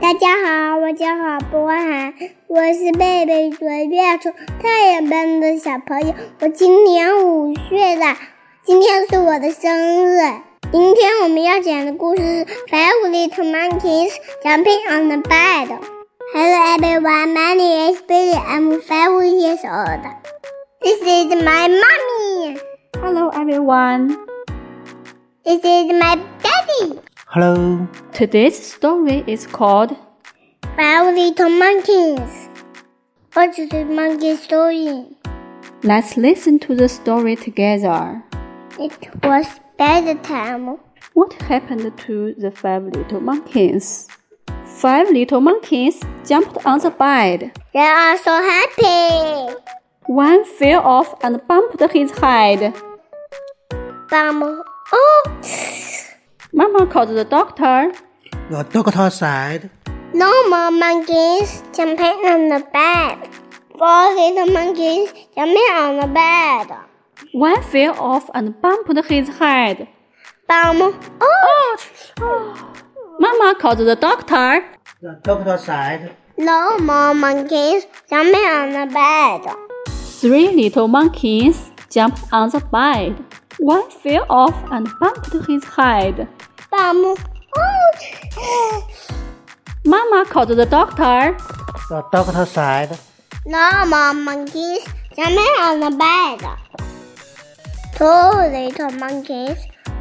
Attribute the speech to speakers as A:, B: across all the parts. A: 大家好，我叫郝博涵，我是贝贝卓越从太阳班的小朋友，我今年五岁了，今天是我的生日。今天我们要讲的故事是《Five Little Monkeys Jumping on the Bed》。Hello everyone, my name is Billy. I'm five years old. This is my mommy.
B: Hello everyone.
A: This is my daddy.
C: Hello,
B: Today's story is called
A: Five little monkeys. What's the monkey story?
B: Let's listen to the story together.
A: It was bedtime.
B: What happened to the five little monkeys? Five little monkeys jumped on the bed.
A: They are so happy.
B: One fell off and bumped his head.
A: Bum. Oh,
B: Mama called the doctor.
C: the doctor said.
A: no more monkeys jumping on the bed. Four little monkeys jumping on the bed.
B: One fell off and bumped his head.
A: Bum. Oh,
B: Mama called the doctor.
C: The doctor said.
A: no more monkeys jumping on the bed.
B: Three little monkeys jumped on the bed. One fell off and bumped his head.
A: Bum. Oh,
B: Mama called the doctor.
C: The doctor said.
A: No more monkeys jumping on the bed. Two little monkeys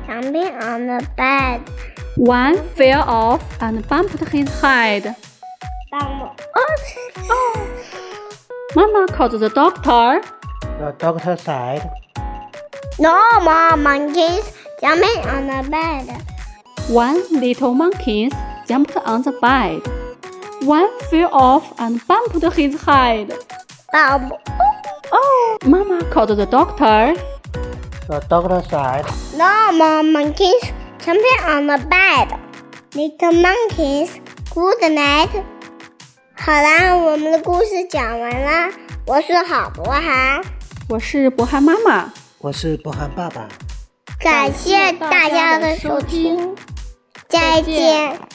A: jumping on the bed.
B: One fell off and bumped his head.
A: Bum.
B: Mama called the doctor.
C: The doctor said.
A: No more monkeys jumping on the bed.
B: One little monkey jumped on the bed. One fell off and bumped his head.
A: Bum.
B: Oh! Mama called the doctor.
C: The doctor said.
A: No more monkeys jumping on the bed. Little monkeys, good night. 好啦，我们的故事讲完啦。我是郝博涵，
B: 我是博汉妈妈。
C: 我是博涵爸爸。
A: 感谢大家的收听，再见。